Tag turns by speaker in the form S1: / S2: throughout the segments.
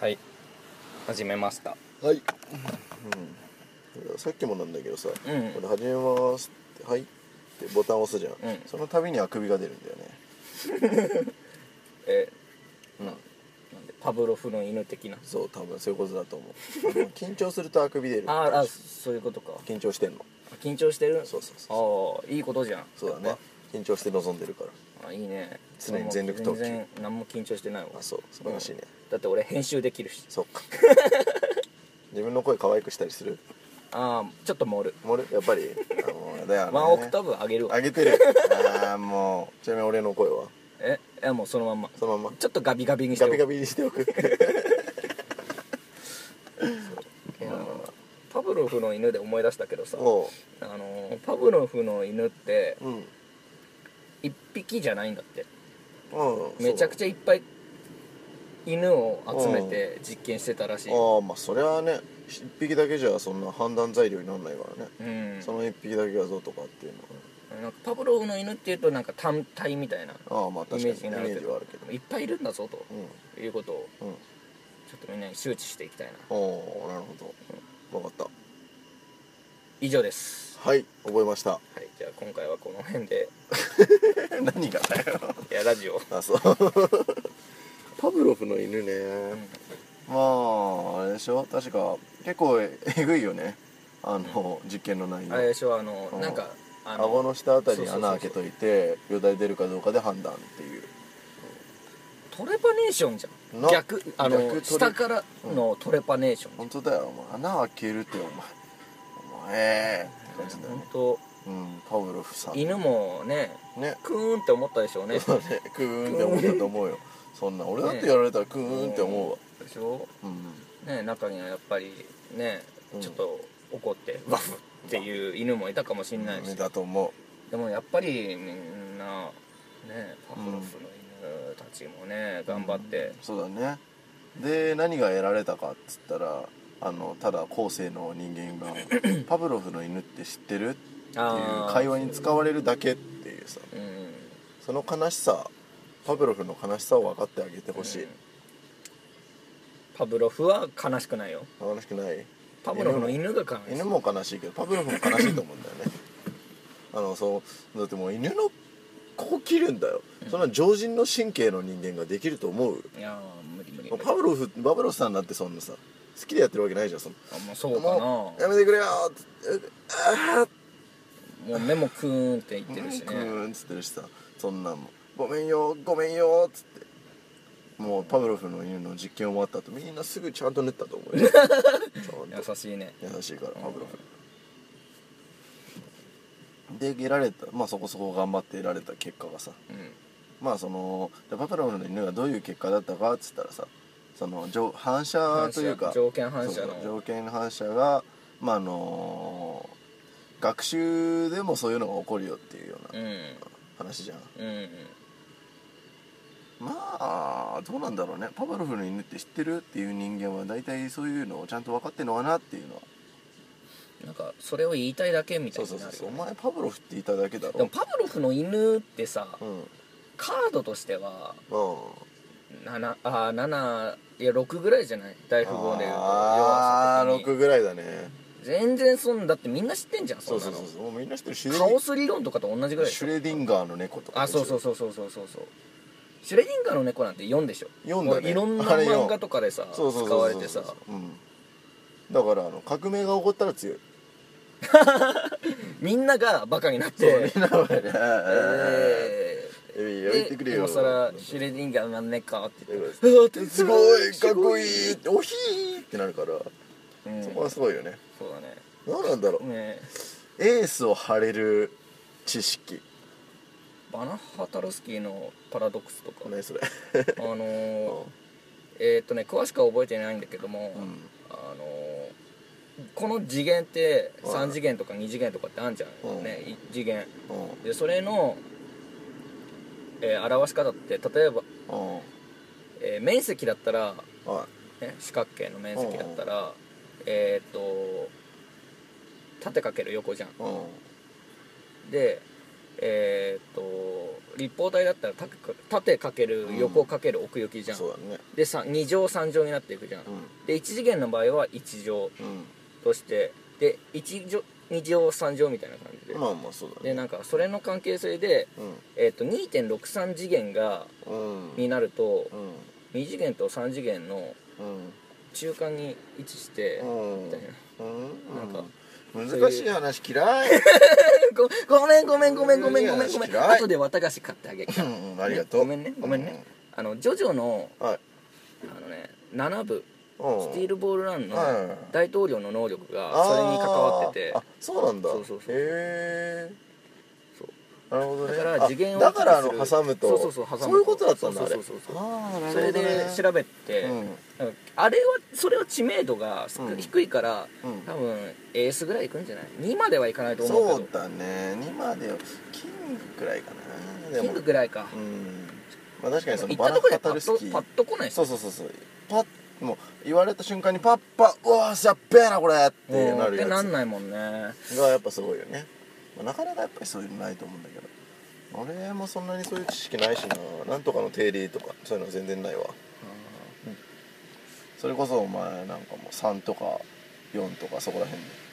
S1: はい始めました
S2: はい、うん、さっきもなんだけどさ、
S1: うん
S2: これ始めますって「はい」ってボタン押すじゃん、
S1: うん
S2: その度にあくびが出るんだよね
S1: えななんでパブロフの犬的な
S2: そう多分そういうことだと思う緊張するとあくび出る
S1: あーあそういうことか
S2: 緊張してんの
S1: 緊張してる
S2: そうそうそう
S1: ああいいことじゃん
S2: そうだね緊張して臨んでるから
S1: あいいね
S2: 常に全力投球
S1: 全然何も緊張してないわ
S2: あそう素晴らしいね、
S1: だって俺編集できるし
S2: そっか自分の声可愛くしたりする
S1: ああちょっと盛る
S2: 俺やっぱりあのあれだよね
S1: ワンオクターブ上げるわ
S2: 上げてるああもうちなみに俺の声は
S1: えいやもうそのまんま
S2: そのまんま
S1: ちょっとガビガビにして
S2: ガ
S1: おく
S2: ビガビにしておく
S1: パブロフの犬で思い出したけどさ
S2: も
S1: あのーパブロフの犬って
S2: ううん
S1: 一匹じゃないんだって
S2: うん
S1: めちゃく
S2: ち
S1: ちゃいっぱい犬を集めて実験してたらしい
S2: ああまあそれはね一匹だけじゃそんな判断材料にならないからね、
S1: うん
S2: その一匹だけがどうとかっていうのはね
S1: なんかパブロフの犬っていうとなんか単体みたいな
S2: ああまあ
S1: イ
S2: 確か
S1: メ
S2: に
S1: ージにな
S2: イメ
S1: る
S2: ー
S1: け
S2: ジはあ
S1: ど
S2: るけど
S1: いっぱいいるんだぞと
S2: う
S1: いうことを
S2: んうん
S1: ちょっとみんなに周知していきたいな
S2: おおなるほど分かっ
S1: 以上です
S2: たはい覚えま した
S1: はいじゃあ今回はこの辺で
S2: 何がだよ
S1: いやラジオ
S2: あそうパブロフの犬ね、まああれでしょ確か結構えぐいよねあの実験の内容、
S1: あれでしょあの
S2: うん
S1: なんかあの
S2: 顎の下あたりに穴
S1: そう
S2: 開
S1: そ
S2: け
S1: うそう
S2: といてよだれ出るかどうかで判断っていう
S1: トレパネーションじゃん
S2: な
S1: 逆あの
S2: 逆トレ
S1: 下からのトレパネーション
S2: 本当だよお前穴開けるってお前お前って感じだよね
S1: 本当
S2: うんパブロフさんね
S1: 犬もね
S2: ね
S1: クーンって思ったでしょうね
S2: そうねクーンって思ったと思うよそんな俺だってやられたらクーンって思うわ
S1: でしょ
S2: うん
S1: ね中にはやっぱりね
S2: うん
S1: ちょっと怒って ワフっていう犬もいたかもしれない
S2: ね
S1: し
S2: だと思
S1: でもやっぱりみんなねパフロフの犬たちもね頑張っ
S2: う
S1: て
S2: そうだねで何が得られたかっつったらあのただ後世の人 間が「パブロフの犬って知ってる?」ってい
S1: あ
S2: う
S1: ー
S2: 会話に使われるだけっていうさ
S1: うん
S2: その悲しさパブロフの悲しさを分かってあげてほしい、
S1: うんパブロフは悲しくないよ
S2: 悲しくない
S1: パブロフの犬が悲しい
S2: 犬も悲しいけどパブロフも悲しいと思うんだよね あのそうだってもう犬のここ切るんだよ、そんな常人の神経の人間ができると思う
S1: いやー無理無理
S2: もうパブロフパブロフさんなんてそんなさ好きでやってるわけないじゃんその
S1: あもうそうかな
S2: も
S1: も
S2: うやめてくれよーってあー
S1: う目もクーンって言ってるし
S2: う
S1: ね
S2: んっつってるしさそんなんもごめんよごめんよっつってもうパブロフの犬の実験終わった後みんなすぐちゃんと寝たと思うよちゃんと
S1: 優しいね
S2: 優しいからパブロフで得られたまあそこそこ頑張って得られた結果がさ
S1: うん
S2: まあそのでパブロフの犬がどういう結果だったかっつったらさそのじょ反射というか
S1: 反射条件反射の
S2: そうそう条件反射がまああの学習でもそういうのが起こるよっていうような
S1: うん
S2: 話じゃん
S1: うん
S2: まあどうなんだろうねパブロフの犬って知ってるっていう人間は大体そういうのをちゃんと分かってんのかなっていうのは
S1: なんかそれを言いたいだけみた
S2: そ
S1: いうに
S2: そ
S1: な
S2: う
S1: る
S2: そ
S1: よ
S2: う
S1: ね
S2: そうお前パブロフって言っただけだろ
S1: でもパブロフの犬ってさ
S2: うんうん
S1: カードとしては7あ7いや6ぐらいじゃない大富豪でいうと
S2: ああ
S1: 弱さ的に
S2: 6ぐらいだね
S1: 全然そんだってみんな知ってんじゃんそ
S2: そ
S1: ん
S2: う
S1: な
S2: そう
S1: の
S2: そうそうもうみんな知ってるシュレ
S1: カオス理論とかと同じぐらいでし
S2: シ
S1: ょ
S2: ュレディンガーの猫とか
S1: あそうそうそうそうそうそうそうシュレディンガーの猫なんて4でしょ
S2: 四だね
S1: もういろんな
S2: あれ
S1: 漫
S2: 四
S1: 画とかでさ使
S2: そうそうそう
S1: わ
S2: そう
S1: れてさ
S2: うんだからあの革命が起こったら強い
S1: みんながバカになっ
S2: そう
S1: て
S2: みんながね
S1: え
S2: えー
S1: ー
S2: やめてくれよ
S1: で今さらシュレディンガーなんねっかって言って
S2: う
S1: うわ
S2: んすごいかっこいいおひーってなるから
S1: うん
S2: そこはすごいよね
S1: そうだね
S2: 何なんだろう
S1: ね
S2: エースを張れる知識
S1: バナハタルスキーのパラドックスとか、
S2: 何それ
S1: あのーえーっとね詳しくは覚えてないんだけども、
S2: うん
S1: あのーこの次元って
S2: うん
S1: 3次元とか2次元とかってあるじゃん、
S2: うん
S1: ね1次元
S2: うん
S1: でそれの、えー表し方って例えば、
S2: うん
S1: えー面積だったら、
S2: は
S1: ね、四角形の面積だったら、えーっと縦かける横じゃん
S2: いうん
S1: で、えー、っと立方体だったら縦か縦かける横かける奥行きじゃん、
S2: そうだね
S1: でさ2乗3乗になっていくじゃん、
S2: うん
S1: で1次元の場合は1乗としてで1乗2乗3乗みたいな感じで、
S2: うんまあまあそうだ
S1: で
S2: ね
S1: なんかそれの関係性で、えー、と2.63次元が
S2: うんうん
S1: になると
S2: うん
S1: 2次元と3次元の
S2: うん
S1: 中間に位置して
S2: うん
S1: みたいな
S2: う
S1: な
S2: ん
S1: んか
S2: 難しい話嫌い
S1: ご ごめんごめんごめんごめんごめんごめ
S2: い
S1: ん
S2: や嫌い
S1: 後で綿菓子買ってあげる
S2: うん ありがとう
S1: ごめんねごめんねあのジョジョの
S2: うんはい
S1: あのね7部
S2: うん
S1: スティールボールランの
S2: はい
S1: 大統領の能力が
S2: あー
S1: それに関わってて
S2: あそうなんだ
S1: そうそうそう
S2: へえ
S1: そう
S2: なるほどね
S1: だから
S2: あ
S1: 次元を
S2: だからあの
S1: 大きくする
S2: 挟むと
S1: そうそうそう挟むと
S2: そういうことだったんだあれ
S1: そうそうそうそう
S2: あー
S1: それで
S2: なる
S1: 調べて、
S2: ほどね
S1: なんかあれはそれは知名度が少
S2: うん
S1: 低いから、
S2: うんうん
S1: 多分エースぐらいいくんじゃない2まではいかないと思
S2: そうう
S1: けど
S2: だね2までよキングくらいかなで
S1: キン
S2: も
S1: グぐらいか
S2: うんまあ確かにそ
S1: 行
S2: の
S1: っ
S2: バ
S1: た
S2: ラ
S1: とこで
S2: カ
S1: パ
S2: タル
S1: ッ
S2: ス
S1: と
S2: キ
S1: パッ
S2: ー
S1: と来ない
S2: そうそうそうそうパッもう言われた瞬間にパッパうわーやっべえなこれってな
S1: っ
S2: る
S1: て
S2: や
S1: なんないもん ね
S2: つがやっぱすごいよね、まあ、なかなかやっぱりそういうのないと思うんだけど俺もそんなにそういう知識ないしななんとかの定理とかそういうの全然ないわそれこそお前なんかもう3とか4とかそこら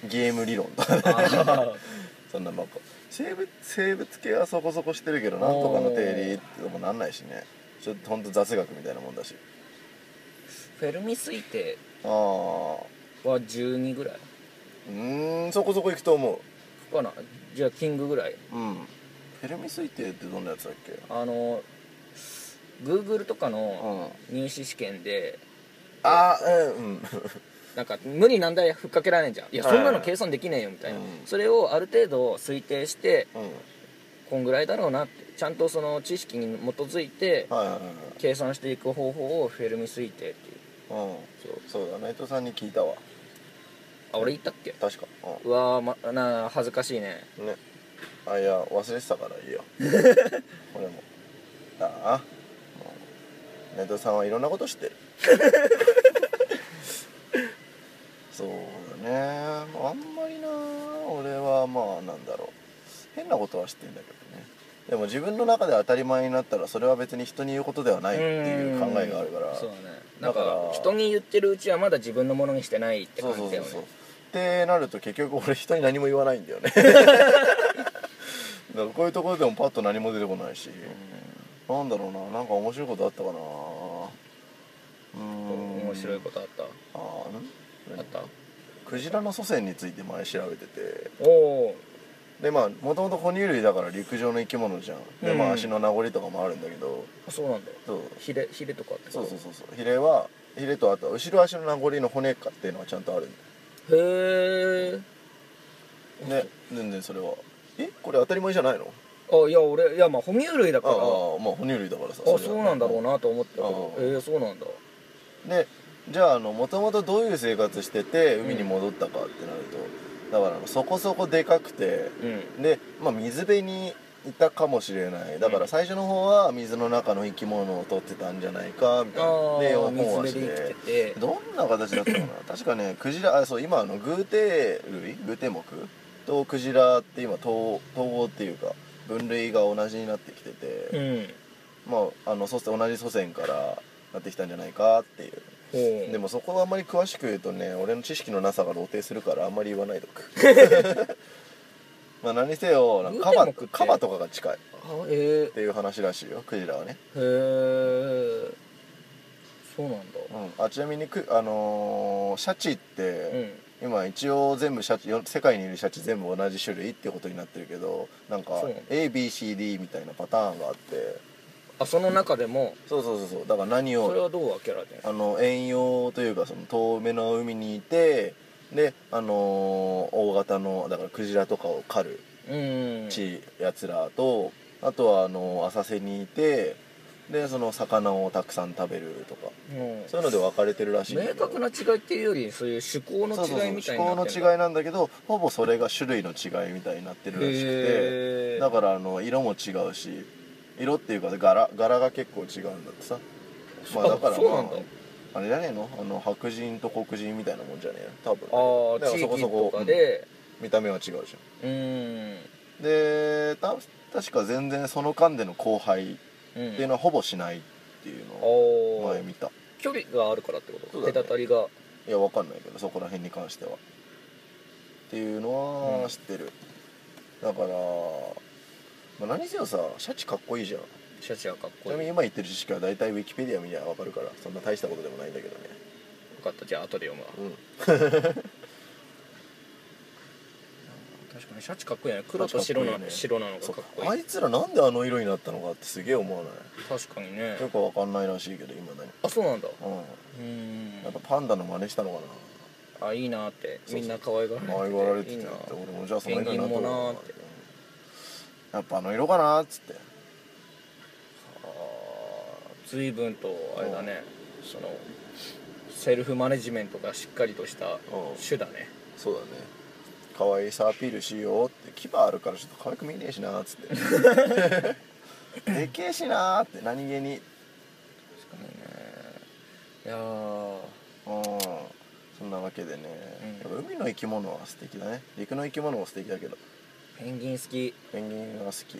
S2: 辺ゲーム理論とかね
S1: あー
S2: そんなばっか生物生物系はそこそこしてるけどなんとかの定理ってのもなんないしねちょっとほんと雑学みたいなもんだし
S1: フェルミ推定
S2: ああ
S1: は12ぐらいう
S2: ーんそこそこいくと思
S1: かなじゃあキングぐらいう
S2: うんフェルミ推定ってどんなやつだっけ
S1: あの Google とか
S2: う
S1: の
S2: ん
S1: 入試試験で
S2: あーうん うん
S1: なんか無理難題ふっかけられんじゃんいや
S2: は
S1: そ
S2: い
S1: んなの計算できねえよみたいな、
S2: うん
S1: それをある程度推定して
S2: うん
S1: こんぐらいだろうなってちゃんとその知識に基づいて
S2: はいはいはい
S1: 計算していく方法をフェルミ推定っていう
S2: はいうんそうそうだ内藤さんに聞いたわ
S1: あ俺言ったっけ
S2: 確か
S1: うわー、ま、なあ恥ずかしいね
S2: うんねあいや忘れてたからいい よ俺もああもう内藤さんはいろんなこと 知ってるそうだねあんまりな俺はまあなんだろう変なことは知ってんだけどねでも自分の中で当たり前になったらそれは別に人に言うことではないっていう考えがあるから
S1: うんそうだねなん
S2: だから
S1: か人に言ってるうちはまだ自分のものにしてないって
S2: そ
S1: 感
S2: うそう
S1: じだ
S2: そ
S1: よ
S2: う
S1: ね
S2: そうってなると結局俺人に何も言わないんだよ ねだからこういうところでもパッと何も出てこないし、なんだろうななんか面白いことあったかなうーん
S1: 面白いことあった
S2: あーん
S1: あった
S2: クジラの祖先について前調べてて
S1: おお
S2: でまあもともと哺乳類だから陸上の生き物じゃんで、ま
S1: うん
S2: あ、足の名残とかもあるんだけど
S1: ーそうなんだ
S2: そう
S1: ヒレヒレとかって
S2: そうそう
S1: そ
S2: そうそうヒレはヒレとあと後ろ足の名残の骨かっていうのはちゃんとあるんだ
S1: うへえ
S2: ね全然それはえこれ当たり前じゃないの
S1: あいや俺いやまあ哺乳類だ
S2: あ
S1: から
S2: あ
S1: あ
S2: まあ哺乳類だからされは
S1: そうなんだろうなと思ったけどえ
S2: あー
S1: ー、そうなんだ
S2: でじゃあもともとどういう生活してて海に戻ったかってなると、だからあのそこそこでかくて
S1: うん
S2: で、まあ、水辺にいたかもしれないだから最初の方は水の中の生き物を取ってたんじゃないかみたいなで
S1: ああ
S2: 四
S1: 水
S2: 本
S1: 辺
S2: 足
S1: で生
S2: で
S1: きてて
S2: どんな形だっ たかな確かねクジラあそう今あの偶蹄類偶蹄目とクジラって今統統合っていうか分類が同じになってきてて、
S1: うん
S2: まあ、あの祖先同じ祖先からなってきたんじゃないかっていう、
S1: ほう
S2: でもそこはあんまり詳しく言うとね俺の知識のなさが露呈するからあんまり言わないとく まあ何せよなんかカ
S1: グーテンモクっ
S2: バ
S1: て
S2: カバとかが近いっ
S1: あえ
S2: ていう話らしいよクジラはね、
S1: ー、へえそうなんだ
S2: うん、あちなみにく、あのーシャチっ
S1: う
S2: て、
S1: ん
S2: 今一応全部シャチよ世界にいるシャチ全部同じ種類ってことになってるけどなんか
S1: そうなんだ
S2: ABCD みたいなパターンがあって
S1: あその中でも
S2: そうそうそうそうだから何を
S1: それはどう分けられてる
S2: あの遠洋というかその遠目の海にいてであのー大型のだからクジラとかを狩る
S1: うん
S2: ちやつらとあとはあのー浅瀬にいてでその魚をたくさん食べるとか
S1: うん
S2: そういうので分かれてるらしいんだけ
S1: 明
S2: ど
S1: 確な違いっていうよりそういう趣向の
S2: そうそうそう
S1: 違いみ
S2: 趣
S1: たいに
S2: 向
S1: な
S2: の
S1: って
S2: 違い
S1: い
S2: なんだけどほぼそれが種類の違いみたいになってるらしくてだからあの色も違うし色っていうか柄柄が結構違うんだってさまあだから
S1: そう
S2: ま
S1: な
S2: あ
S1: んだ
S2: あれじゃねえのあの白人と黒人みたいなもんじゃねえの多分
S1: ああ
S2: だか
S1: 地
S2: らそこ
S1: 域
S2: そ
S1: と
S2: こ
S1: かで
S2: うん見た目は違うじ
S1: うん
S2: でた確か全然その間での後輩
S1: うん
S2: っていうのはほぼしないっていうのを
S1: お
S2: 前
S1: ー
S2: 見た
S1: 距離があるからってこ
S2: そ
S1: と、
S2: うだね
S1: 手たたりが
S2: いやわかんないけどそこら辺に関してはっていうの
S1: う
S2: は
S1: ん
S2: 知ってる、だから、まあ、何せよさシャチかっこいいじゃん
S1: シャチはかっ
S2: ち
S1: こい
S2: ないみに
S1: よ
S2: 今言ってる知識は大体ウィキペディア見りゃわかるからそんな大したことでもないんだけどね
S1: かったじゃあ後で読むわ
S2: うん
S1: 確かにシャチかっこいいね黒と白な,、白なのが
S2: そう
S1: かっこい
S2: あ
S1: い
S2: いつらなんであの色になったのかってすげえ思わない
S1: 確かにね
S2: よくわかんないらしいけど今何
S1: あそうなんだ
S2: うん
S1: うーん
S2: やっぱパンダの真似したのか
S1: あいいなって
S2: そうそう
S1: みんな可愛がられて
S2: な可愛がられてて
S1: いいな
S2: 俺もじゃあその色
S1: ペン
S2: に
S1: ギ
S2: な
S1: ンも
S2: ったの
S1: なー
S2: かなっ
S1: ってて
S2: やっぱあの色かなーっつって
S1: 随分とあれだねそのセルフマネジメントがしっかりとした
S2: うん
S1: 種だね
S2: そうだね可愛いさアピールしようって牙あるからちょっと可愛く見えねえしなーっつって でけえしなーって何気に
S1: 確かにねいやー
S2: うんそんなわけでね、
S1: うん
S2: やっぱ海の生き物は素敵だね陸の生き物も素敵だけど
S1: ペンギン好き
S2: ペンギンが好き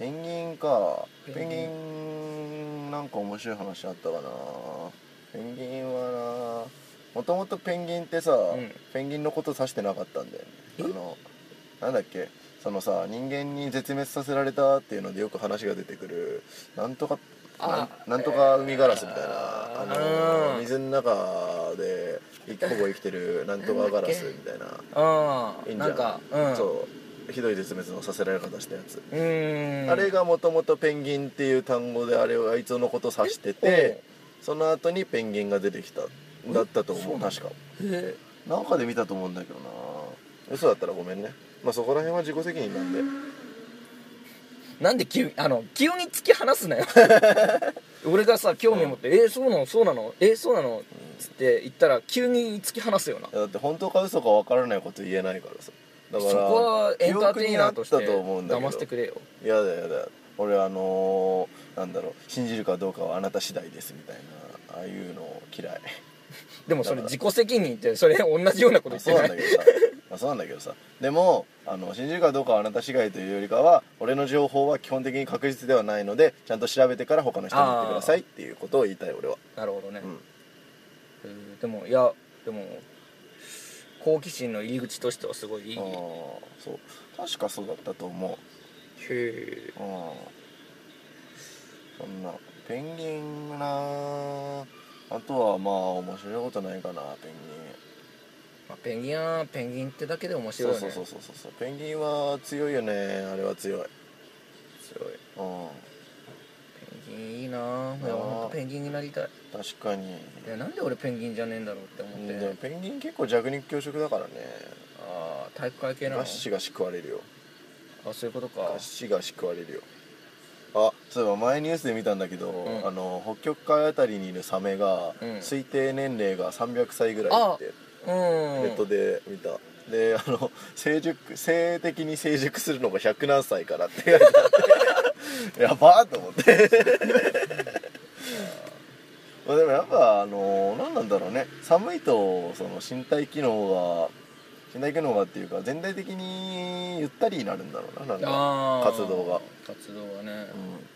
S2: ペンギンかペ
S1: ペ
S2: ン
S1: ン
S2: ギ
S1: ギ
S2: ン
S1: ン
S2: なんか面白い話あったかなペンギンはなもともとペンギンってさ、
S1: ん
S2: ペンギンのこと指してなかったんだよね
S1: え
S2: あのなんだっけそのさ人間に絶滅させられたっていうのでよく話が出てくるなんとかなん
S1: あ
S2: なんとか海ガラスみたいな、
S1: あ
S2: あの
S1: うん
S2: 水の中でいほぼ生きてるなんとかガラスみたいな
S1: あ
S2: いい
S1: あ
S2: んじゃ
S1: なんんかうん
S2: そうひどい絶滅のさせられ方したやつ、
S1: うーん
S2: あれがもともとペンギンっていう単語であれをあいつのことを指しててその後にペンギンが出てきただったと思う確か
S1: え
S2: なんかで見たと思うんだけどな嘘だったらごめんねまあそこら辺は自己責任なんで
S1: なんで急あの急に突き放す なよ俺がさ興味持って「えーそうなのそうなのえーそうなの」っつって言ったら急に突き放すよない
S2: やだって本当か嘘か分からないこと言えないからさだから
S1: そこはエンターテイナーとして
S2: 記憶になったと思うんだけど
S1: 騙してくれよ
S2: やだやだ俺あのー、なんだろう信じるかどうかはあなた次第ですみたいなああいうの嫌い
S1: でもそれ自己責任ってそれ同じようなこと言って
S2: そうな
S1: なんい
S2: だけどさまあそうなんだけどさでもあの信じるかどうかはあなた次第というよりかは俺の情報は基本的に確実ではないのでちゃんと調べてから他の人に言ってくださいっていうことを言いたい俺は
S1: なるほどね
S2: う、ん
S1: えーでもいやでも好奇心の入り口としてはすごいいい
S2: ああ
S1: へ
S2: そう確かそうだったと思
S1: え
S2: ううんそんなペンギンなあとはまあ面白いことないかなペンギン
S1: まあペンギンはペンギンってだけで面白い
S2: そう
S1: よ
S2: そう
S1: ね
S2: そうそうそうペンギンは強いよねあれは強い
S1: 強い
S2: うん
S1: ペンギンいいなぁいや
S2: あー
S1: ほんとペンギンになりたい
S2: 確かに
S1: いやなんで俺ペンギンじゃねえんだろうって思
S2: う
S1: っ
S2: ん
S1: て、
S2: でもペンギン結構弱肉強食だからね
S1: ああ体育会系なの
S2: ガシガシ食われるよ
S1: あそういうことか
S2: ガシガシ食われるよあそういえば前ニュースで見たんだけど、
S1: ん
S2: あの北極海あたりにいるサメが、
S1: うん
S2: 推定年齢が300歳ぐらいって
S1: うん
S2: ネットで見た、であの成熟性的に成熟するのが100何歳からって言われ たやばーと思ってまあでもやっぱあの何なんだろうね寒いとその身体機能が身体機能がっていうか全体的にゆったりになるんだろうななんか
S1: あー
S2: 活動が
S1: 活動がね
S2: うん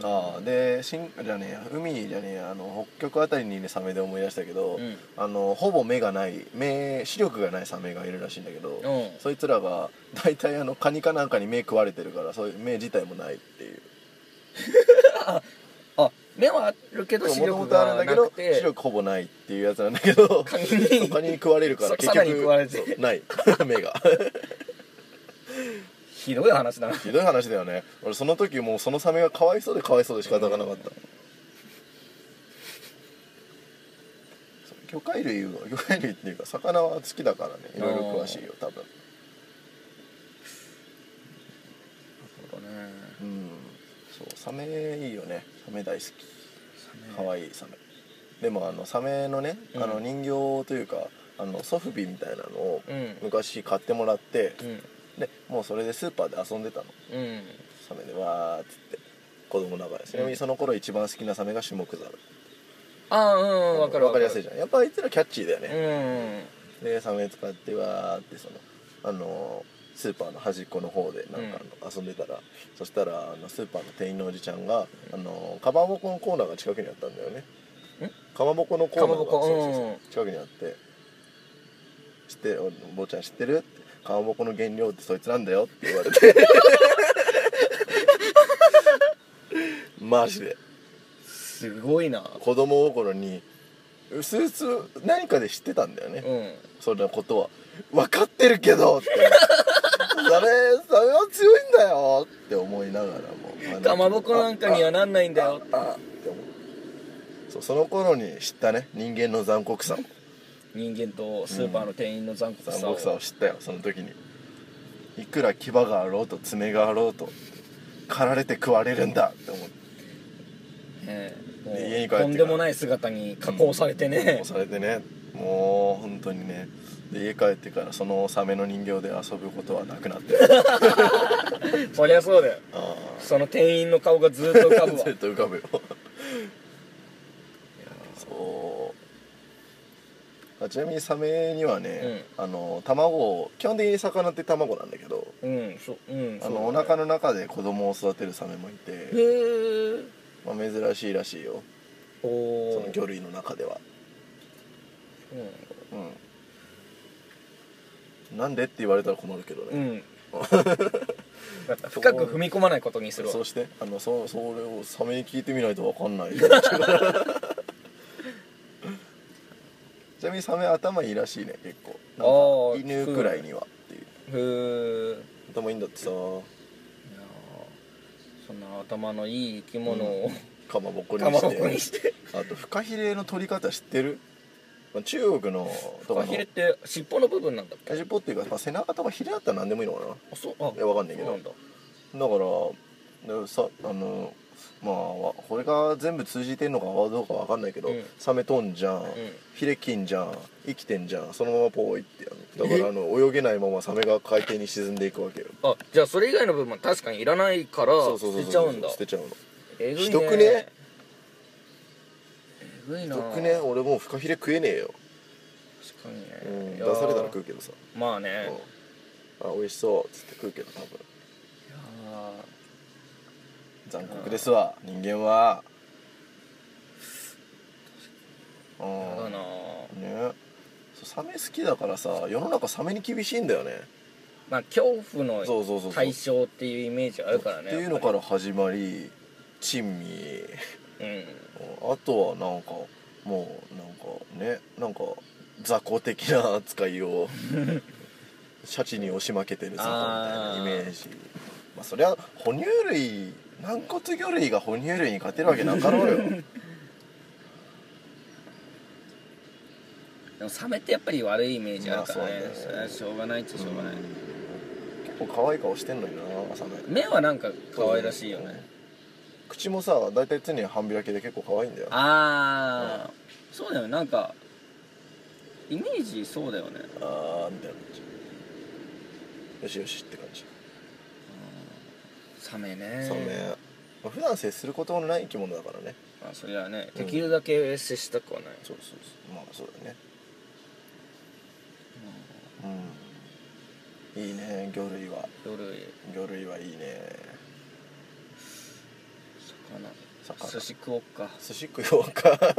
S2: ああでしんじゃねえや海じゃねえやあの北極あたりにいるサメで思い出したけど、
S1: うん
S2: あのほぼ目がない目視力がないサメがいるらしいんだけど、
S1: うん
S2: そいつらが大体あのカニかなんかに目食われてるからそういう目自体もないっていう
S1: あ目はあるけど視
S2: もとも
S1: 力
S2: とあ
S1: が
S2: るんだけ
S1: な
S2: ど
S1: く
S2: 視
S1: て
S2: 力ほぼないっていうやつなんだけど
S1: カニに
S2: そうカニに食われるから
S1: さ
S2: 結
S1: さら
S2: 局
S1: に食われて
S2: そうない 目が
S1: ひどい話だな
S2: ひどい話だよね俺その時もうそのサメがかわいそうでかわいそうで仕方がなかった、そう魚介類は魚介類っていうか魚は好きだからねいろいろ詳しいよ多分
S1: そうだね
S2: うんそうサメいいよねサメ大好きかわいいサメでもあのサメのね、
S1: うん
S2: あの人形というかあのソフビみたいなのを
S1: うん
S2: 昔買ってもらって、
S1: うん
S2: でもうそれでスーパーで遊んでたの
S1: うん
S2: サメでわーっつって子供ながらちなみにその頃一番好きなサメがシュモクザル
S1: ああうんうんわかる
S2: わかりやすいじゃんやっぱあいつらキャッチーだよね、
S1: うん
S2: でサメ使ってわーってそのあのースーパーの端っこの方でなんかあの遊んでたら、そしたらあのスーパーの店員のおじちゃんが、あのかまぼこのコーナーが近くにあったんだよねかまぼこのコーナーが
S1: かまぼこ
S2: そうそうそう
S1: うん
S2: 近くにあって「知ってる坊ちゃん知ってる?」って「かまぼこの原料ってそいつなんだよ」って言われ てマジです
S1: ごいな
S2: 子供心にうすうす何かで知ってたんだよね、
S1: うん
S2: そんなことは分かってるけどってそれそれは強いんだよって思いながらも
S1: かまぼこなんかには
S2: な
S1: なんないんだよ
S2: ああって思うそうその頃に知ったね人間の残酷さを
S1: 人間とスーパーの店員の残酷
S2: 残
S1: さを
S2: 酷さを知ったよその時にいくら牙があろうと爪があろうと狩られて食われるんだって思って
S1: ええもう
S2: で家に帰ってから
S1: とんでもない姿に加工されてね
S2: もう、されてねもう本当にねで家帰ってからそのサメの人形で遊ぶことはなくな って
S1: そりゃそうだよ
S2: あ
S1: その店員の顔がずーっと浮かぶ
S2: あ
S1: わ
S2: ずっと浮かぶよそうあちなみにサメにはね、あの卵を基本的に魚って卵なんだけど
S1: うんそううん
S2: あ
S1: そう
S2: のお腹の中で子供を育てるサメもいて、
S1: へえ
S2: まあ、珍しいらしいよ
S1: お
S2: そ
S1: お
S2: の魚類の中ではうんなんでって言われたら困るけど
S1: う
S2: ね、
S1: ん、うん、だから深く踏み込まないことにするわ
S2: そしてあのそそれをサメに聞いてみないとわか んないちなみにサメ頭いいらしいね結構
S1: あ
S2: なん
S1: ー
S2: か犬くらいにはっていう
S1: ふう
S2: 頭いいんだってさ
S1: いやーそんな頭のいい生き物を
S2: かまぼこに
S1: かま
S2: し
S1: ぼ
S2: て
S1: こにして
S2: あとフカヒレの取り方知ってる、まあ、中国のとか
S1: フ
S2: の
S1: カヒレって尻尾の部分なんだっけ
S2: 尻尾っていうか、まあ、背中とかヒレだったら何でもいいのかな
S1: あそうあ
S2: いやわかんないけど
S1: そうなんだ
S2: だからでさあのまあわこれが全部通じてんのかはどうかわかんないけど、
S1: うん
S2: サメとんじゃん、ヒレキンじゃん生きてんじゃんそのままポーイってやるだからあの泳げないままサメが海底に沈んでいくわけよ
S1: あじゃあそれ以外の部分は確かにいらないから
S2: そうそう
S1: 捨
S2: そう
S1: てちゃうん
S2: そう
S1: だ
S2: 捨てちゃうの
S1: えぐいね
S2: ひどくね
S1: えぐい
S2: ひ
S1: な
S2: どくね俺もうフカヒレ食えねえよ、
S1: 確かにね、
S2: うん、
S1: い
S2: 出
S1: や
S2: さ
S1: ー
S2: れたら食うけどさ、
S1: まあね、
S2: うん、あ美味しそうっつって食うけど多分
S1: いや
S2: 残酷ですわ人間はう
S1: ーやだ
S2: ん
S1: な
S2: ねそうサメ好きだからさ世の中サメに厳しいんだよね
S1: まあ恐怖の
S2: そうそうそうそう
S1: 対象っていうイメージあるからね
S2: っていうのから始まり珍味
S1: らうん
S2: あとはなんかもうなんかねなんか雑魚的な扱いをシャチに押し負けてる雑魚みたいなイメージまあそりゃ哺乳類軟骨魚類が哺乳類に勝てるわけなかろうよ
S1: でもサメってやっぱり悪いイメージあるからね,、
S2: まあそ
S1: そ
S2: うだね
S1: れはしょうがないっちゃしょうがない、
S2: 結構可愛い顔してんのになサメ
S1: 目はなんか可愛らしいよね、
S2: 口もさ大体常に半開きで結構可愛いんだよ
S1: ああ、そうだよねなんかイメージそうだよね
S2: あーみたいな感じよしよしって感じ
S1: サメね
S2: サメ、まあ、普段接することのない生き物だからね
S1: まあそれはね
S2: うん
S1: できるだけ接したくはない、
S2: そうそうそうまあそうだねうんいいね魚類は
S1: 夜
S2: 魚類はいいね
S1: 魚
S2: 魚
S1: 寿司食おっか
S2: 寿司食おう かさ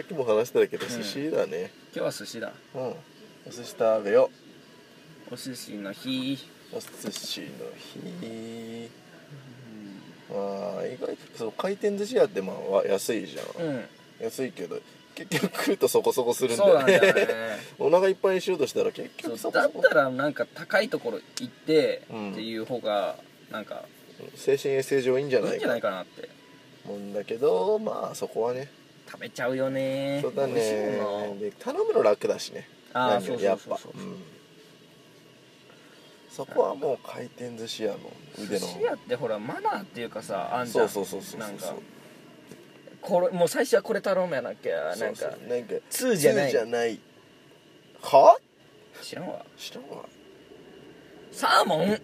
S2: っきも話したけど
S1: ん
S2: 寿司だね
S1: 今日は寿司だ
S2: うん、お寿司食べよ
S1: お寿司の日
S2: うお寿司の日まあ意外とそう回転寿司屋ってまあわ安いじゃん、
S1: うん
S2: 安いけど結局食うとそこそこするんだ
S1: そうな
S2: よ
S1: んだ
S2: ね
S1: よね
S2: お腹いっぱいにしようとしたら結
S1: そ
S2: 局そうこ
S1: だ
S2: そ
S1: っ
S2: こ
S1: たらなんか高いところ行って
S2: うん
S1: っていう方がなんか
S2: 精神衛生上いいんじゃ
S1: い
S2: ないい
S1: んじゃ
S2: か
S1: ないかなって
S2: もんだけどまあそこはね
S1: 食べちゃうよね
S2: そうだ
S1: 美味しいもんな
S2: ねで頼むの楽だしね
S1: ああ
S2: 何より
S1: そ
S2: や
S1: う
S2: っ
S1: そう
S2: ぱ
S1: そうそう
S2: うんそこはもう回転寿司屋の腕
S1: 寿
S2: の
S1: 司屋ってほらマナーっていうかさあんじ
S2: そ
S1: ゃ
S2: うんそうそうそうそう
S1: なんかこれもう最初はこれ頼むやなきゃ
S2: そ
S1: なん
S2: うそう
S1: か
S2: なんか
S1: 通じゃない
S2: 通は
S1: 知らんわ
S2: 知らんわ
S1: サーモン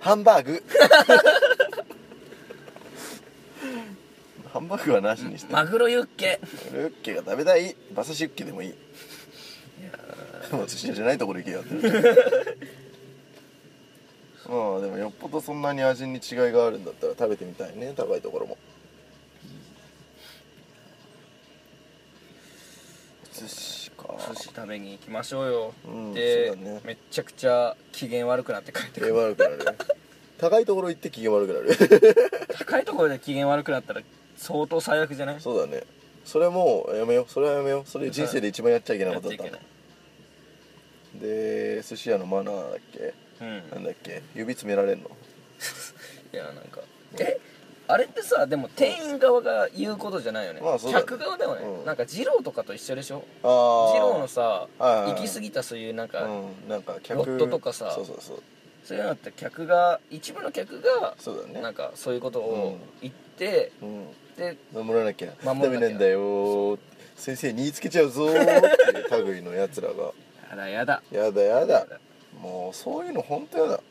S2: ハンバーグハンバーグはなしにして
S1: マグロユッケ
S2: ルッケが食べたい馬刺しユッケでもいいもう寿司屋じゃないところ行けよってまあでもよっぽどそんなに味に違いがあるんだったら食べてみたいね高いところも寿司か
S1: 寿司食べに行きましょうよ、
S2: うん
S1: で、
S2: そうだね
S1: めっちゃくちゃ機嫌悪くなって帰って
S2: 機
S1: く
S2: 嫌
S1: る
S2: 悪くなる高いところ行って機嫌悪 くなる
S1: 高いところで機嫌悪くなったら相当最悪じゃない
S2: そうだねそれはもうやめようそれはやめようそれ人生で一番やっちゃいけない
S1: や
S2: こ
S1: っ
S2: と
S1: ちゃ
S2: だっ
S1: い
S2: た
S1: け
S2: ね
S1: ない
S2: で寿司屋のマナーだっけ
S1: うん
S2: なんだっけ指詰められんの
S1: いやなんかえあれってさでも店員側が言うことじゃないよね,、
S2: まあそうだね
S1: 客側だよね、
S2: うん
S1: なんか二郎とかと一緒でしょ
S2: ああ
S1: 二郎のさ
S2: はいはい
S1: 行き過ぎたそういうなんか、
S2: うん、なんか客
S1: ロットとかさ
S2: そうそうそう
S1: そういうのって客が一部の客が
S2: そうだね
S1: なんかそういうことを言って、
S2: うん
S1: で
S2: 守らなきゃダ
S1: 守らなきゃ
S2: メなんだよー先生に言いつけちゃうぞーっていう類のやつらが
S1: あらやだ
S2: やだやだもうそういうの本当やだ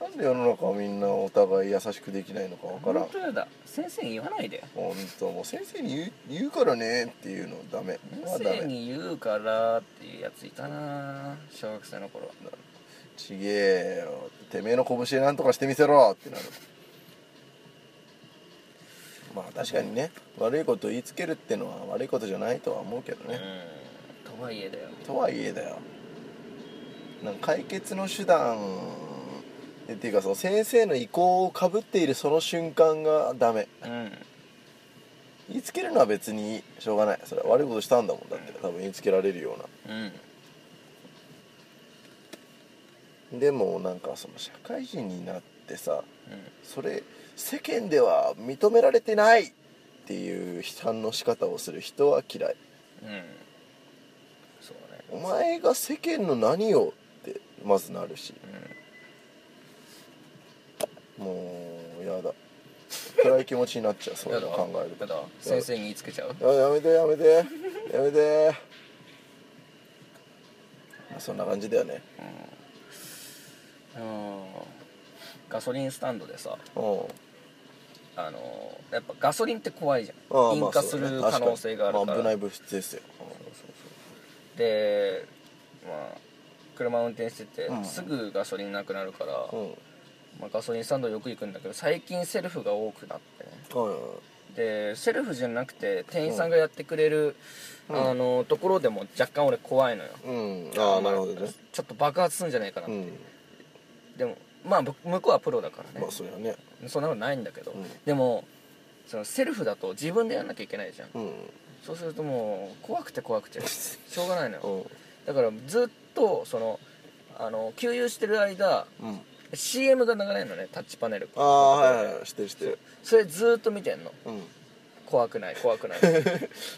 S2: なんで世の中はみんなお互い優しくできないのかわからん
S1: 本当やだ先生に言わないで
S2: 本当もう先生に言う言うからねっていうのダメまあ
S1: 先
S2: ダ
S1: 生
S2: メ
S1: に言うからっていうやついたな小学生の頃
S2: ちげえよてめえの拳でなんとかしてみせろってなるまあ確かにね悪いこと言いつけるってのは悪いことじゃないとは思うけどね、
S1: うんとはいえだよ
S2: とはいえだよなんか解決の手段っていうかその先生の意向をかぶっているその瞬間がダメ
S1: うん
S2: 言いつけるのは別にしょうがないそれは悪いことしたんだもんだって多分言いつけられるよう
S1: うん
S2: なでもなんかその社会人になってさ
S1: うん
S2: それ世間では認められてないっていう批判の仕方をする人は嫌い
S1: うんそうね
S2: お前が世間の何をってまずなるしもうやだ暗い気持ちになっちゃうそういうの考える
S1: や
S2: と
S1: だ先生に言いつけちゃう
S2: ややめてやめてやめてまあそんな感じだよね
S1: うんガソリンスタンドでさ
S2: うん
S1: あのーやっぱガソリンって怖いじゃ
S2: ああ
S1: ん引火する可能性があるから、
S2: まあそうだね確かにまあ危ない物質ですよ
S1: でまあ車運転してて、
S2: うん
S1: すぐガソリンなくなるから、
S2: うん
S1: まあ、ガソリンスタンドよく行くんだけど最近セルフが多くなってね
S2: うんはいはい
S1: でセルフじゃなくて店員さんがやってくれる、
S2: うん
S1: あのーところでも若干俺怖いのよ、
S2: うんああなるほどね
S1: ちょっと爆発するんじゃないかなっ
S2: う
S1: て、
S2: ん
S1: でもまあ僕向こうはプロだからね、
S2: まあそりゃね
S1: そんなことないんだけど、
S2: うん
S1: でもそのセルフだと自分でやんなきゃいけないじゃん、
S2: うん
S1: そうするともう怖くて怖く てしょうがないの
S2: う
S1: よ
S2: ん
S1: だからずっとそのあの給油してる間
S2: うん
S1: CM が流れるのねタッチパネル
S2: ああはいはいしてるしてる
S1: それずっと見てんの
S2: うん
S1: 怖くない怖く ない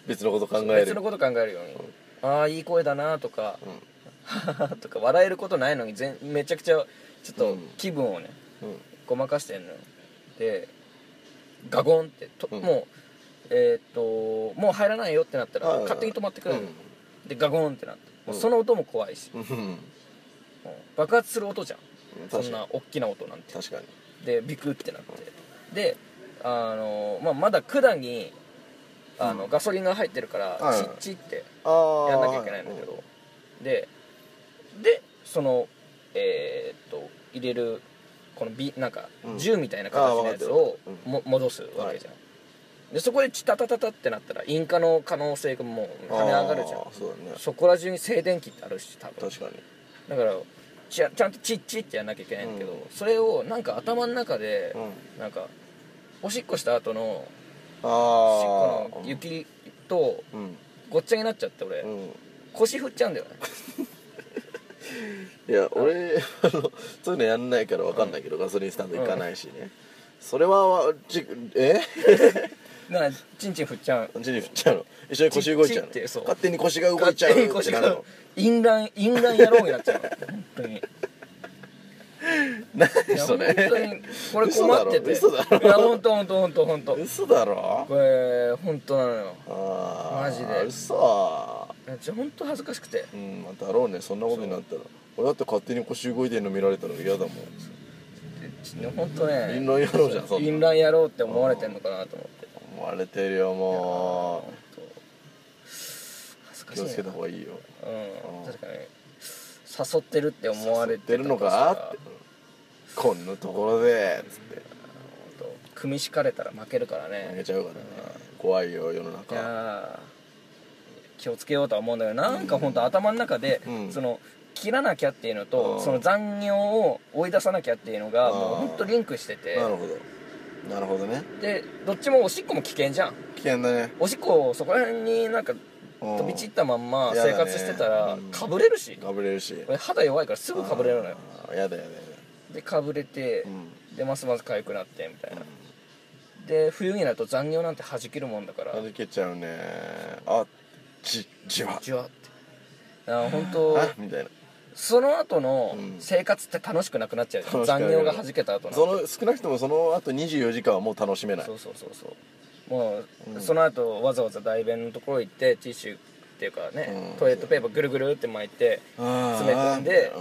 S2: 別のこと考える
S1: 別のこと考えるように、ああいい声だなとか
S2: うん
S1: 「 とか笑えることないのに全めちゃくちゃちょっと気分をね、
S2: うん
S1: ごまかしてんのよでガゴンってと、
S2: うん
S1: もうえーっともう入らないよってなったら
S2: はいはい
S1: 勝手に止まってく
S2: う
S1: れる、
S2: ん
S1: でガゴンってなって、もう
S2: うん
S1: その音も怖いし、
S2: うん
S1: もう爆発する音じゃんそん
S2: 確か
S1: な大きな音なんて
S2: に確かに
S1: でビクってなってであの、まあ、まだ管にあの、ガソリンが入ってるから、
S2: はいはい
S1: チッチって
S2: ああ
S1: やんなきゃいけないんだけどででそのえーっと入れるこのビなんか
S2: うん
S1: 銃みたいな形のやつを
S2: あーわかってるうん
S1: も戻すわけじゃん、でそこでチタタタタってなったら引火の可能性がもう跳ね上がるじゃん
S2: あーそうだね
S1: そこら中に静電気ってあるし多分
S2: 確かに
S1: だからちゃちゃんとチッチってやんなきゃいけないんだけど、
S2: うん
S1: それをなんか頭の中で、なんかおしっこした後の
S2: あ
S1: おし
S2: あ
S1: っこの雪と
S2: うん
S1: ごっちゃになっちゃって俺、
S2: うん
S1: 腰振っちゃうんだよね
S2: いや俺 あのそういうのやんないからわかんないけどガソリンスタンド行かないしねそれはわちえ
S1: だからチンチン振っちゃう
S2: 何に振っちゃうの一緒に腰動いちゃうの
S1: ちっちってそう
S2: 勝手に腰が動いちゃうっ
S1: 腰
S2: てなる
S1: が
S2: の
S1: 淫乱淫乱野郎になっちゃうの本当にい
S2: 何
S1: や
S2: そ
S1: 本
S2: れ
S1: 当にこれ困ってて
S2: 嘘だろ嘘だろ
S1: いや本当本当本当本当
S2: 嘘だろ
S1: これ本当なのよ
S2: ああ
S1: マジで
S2: 嘘
S1: ちょ本当恥ずかしくて
S2: うんまあだろうねそんなことになったら俺だって勝手に腰動いてんの見られたら嫌だもん
S1: ち本当ね
S2: 淫乱野郎じゃんそんな
S1: 淫乱野郎って思われてんのかなと思って
S2: 思われてるよも
S1: 本当恥ず
S2: う
S1: かしい
S2: 気を
S1: な
S2: つけた方がいいよ
S1: うん
S2: うん
S1: 確かに誘ってるって思われて
S2: 誘ってるのか
S1: っ
S2: ってこんなところでつって
S1: 組み敷かれたら負けるから
S2: あげ
S1: ね
S2: ちゃうからね怖いよ世の
S1: い
S2: 中
S1: やー気をつけようとは思うんだけどなんか本当頭の中で、
S2: うん
S1: その切らなきゃっていうの
S2: う
S1: と
S2: ん
S1: その残業を追い出さなきゃっていうのが
S2: あー
S1: もう本当リンクしてて
S2: なるほどなるほどね
S1: でどっちもおしっこも危険じゃん
S2: 危険だね
S1: おしっこをそこら辺になんか
S2: うん
S1: 飛び散ったまんま
S2: やだ
S1: 生
S2: ね
S1: 活してたら
S2: うん
S1: かぶれるし
S2: かぶれるし
S1: 俺肌弱いからすぐかぶれるのよ
S2: あーやだやだや
S1: でかぶれて
S2: だうん
S1: でますます痒くなってみたいなで冬になると残業なんて弾けるもんだから
S2: はじけちゃうねあじじわ
S1: じわってあ本当
S2: あみたいな
S1: その後の
S2: うん
S1: 生活って楽しくなくなっちゃうじゃん
S2: 楽しくなくな
S1: 残
S2: る
S1: 業が弾けた後なんて
S2: その少なくともその後24時間はもう楽しめない
S1: そうそうそうそうもう、
S2: うん
S1: その後わざわざ代弁のところ行ってティッシュっていうかね、
S2: うん
S1: トイレットペーパーぐるぐるって巻いて
S2: 詰
S1: 詰め込んで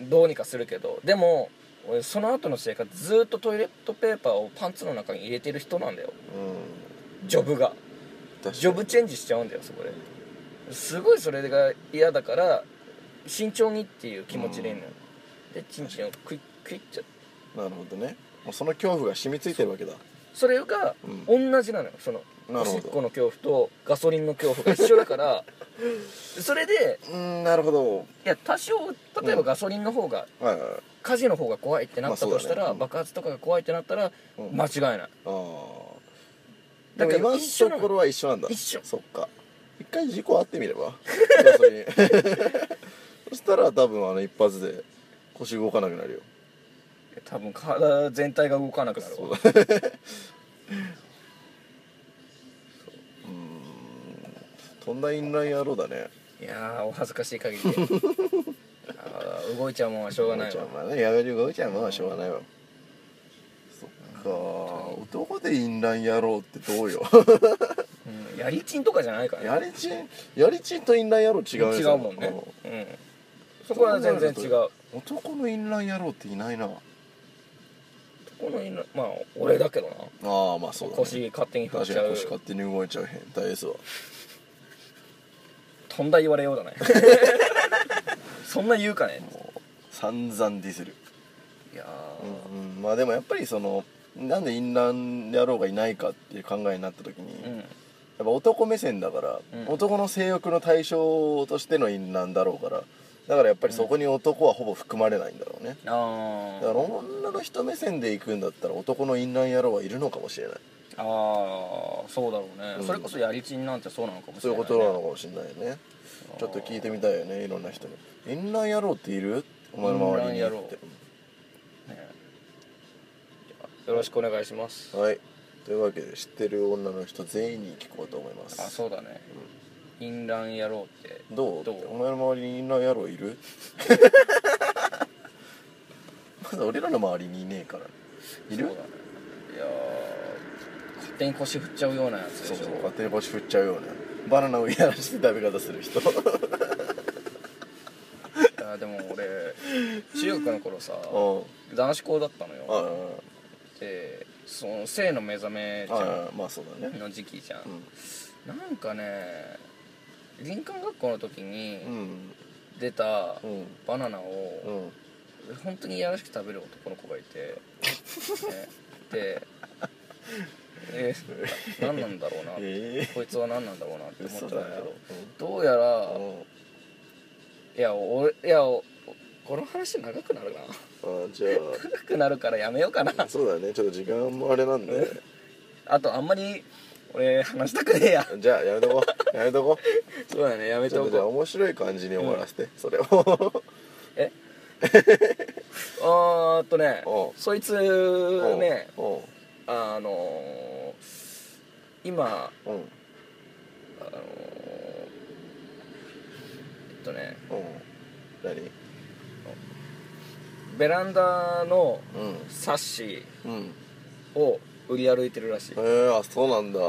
S1: どうにかするけどでも俺その後の生活ずっとトイレットペーパーをパンツの中に入れてる人なんだよ
S2: うん
S1: ジョブがジョブチェンジしちゃうんだよそこですごいそれが嫌だから慎重にっていう気持ちでいいのよ、でチンチンをクイックイッちゃ
S2: なるほどねもうその恐怖が染みついてるわけだ
S1: それが同じなのよその
S2: なるほ
S1: お
S2: ど
S1: しっこの恐怖とガソリンの恐怖が一緒だから それで
S2: うんなるほど
S1: いや多少例えばガソリンの方が、
S2: はいはいはい
S1: 火事の方が怖いってなったとしたら、
S2: まあそうだねうん
S1: 爆発とかが怖いってなったら、
S2: うん
S1: 間違いない
S2: ああ
S1: だけ
S2: でも今
S1: ど
S2: の
S1: 一緒な
S2: ところ
S1: の
S2: は一緒なんだ
S1: 一緒
S2: そっか一回事故あってみればガソリン そしたら多分あの一発で腰動かなくなるよ
S1: 多分体全体が動かなくなる
S2: そう
S1: わ
S2: だうーんとんだインライン野郎だね
S1: いやーお恥ずかしい限り であー動いちゃうもんはしょうがない
S2: ちゃ
S1: わ
S2: んはねやめる動いちゃうのはしょうがないわそっか男でインライン野郎って どうよ
S1: うんやりちんとかじゃないからね
S2: やりちんやりちんとインライン野郎違うね
S1: 違うもんねうんそこは全然違うこ
S2: 男のインライン野郎っていないな
S1: の犬まあ俺だけどな
S2: ああまあそうだ、ね、
S1: 腰勝手に振っ
S2: 確
S1: ち
S2: か
S1: ゃ
S2: に
S1: う
S2: 腰勝手に動いちゃう変態ですわ
S1: とんだ言われようだ ねそんな言うかね
S2: もう散々ディスる
S1: いや
S2: うん、まあでもやっぱりそのなんでインラン野郎がいないかっていう考えになった時に、
S1: ーう
S2: やっ
S1: ん
S2: ぱ男目線だから、
S1: うん
S2: 男の性欲の対象としてのインランだろうからだからやっぱりそこに男はほぼ含まれないんだろうね、
S1: あ
S2: だから
S1: ー
S2: 女の人目線で行くんだったら男のインラン野郎はいるのかもしれない
S1: あーそうだろうね、
S2: うん
S1: それこそやりちんなんてそうなのかもし
S2: そう
S1: れ
S2: い
S1: な
S2: う
S1: い、
S2: こ
S1: ね、
S2: となのかもしれないねちょっと聞いてみたいよねいろんな人に「インラン野郎っている?」お前の周りに
S1: インラン野郎
S2: って
S1: ねじゃあよろしくお願いします
S2: はいというわけで知ってる女の人全員に聞こうと思います
S1: あそうだね、インラン野郎って
S2: どう
S1: どう
S2: お前の周りにインラン野郎いる まだ俺らの周りにいねえからい
S1: そうだ
S2: る
S1: ねいやー勝手に腰振っちゃうようなやつ
S2: そ
S1: でし
S2: うそ
S1: ょ
S2: う勝手に腰振っちゃうようなバナナをやらして食べ方す る人う
S1: いやーでも俺中学の 頃さ
S2: ん
S1: 男子校だったのよ
S2: あ
S1: でその性の目覚め
S2: あああまあそうだね
S1: の時期じゃん、
S2: う
S1: な
S2: ん
S1: んかね林間学校の時に
S2: うん
S1: 出た
S2: うん
S1: バナナ
S2: う
S1: を
S2: ん
S1: 本当にいやらしく食べる男の子がい て、ね、でえ何なんだろうな
S2: え
S1: こいつは何なんだろうなって
S2: え
S1: 思ってたん
S2: 嘘
S1: だ
S2: だ
S1: け
S2: よ
S1: どどうやら
S2: うん
S1: いや俺いやおこの話長くなるな
S2: あじゃ
S1: 長くなるからやめようかな
S2: あそうだねちょっと時間もあれなんで
S1: あとあんまり俺話したくねえや
S2: じゃあやめとこうやめとこう
S1: そうだね やめ
S2: ち
S1: て
S2: ょ
S1: お
S2: っとじゃあ
S1: こう
S2: 面白い感じに終わらせて、それを
S1: え あーっとね
S2: おう
S1: そいつね
S2: うんうん
S1: あのー、今
S2: うん
S1: あのー、えっとね
S2: 何
S1: ベランダの
S2: う
S1: サッシ
S2: んうん
S1: を売り歩いてるらしい
S2: えー、あそうなんだ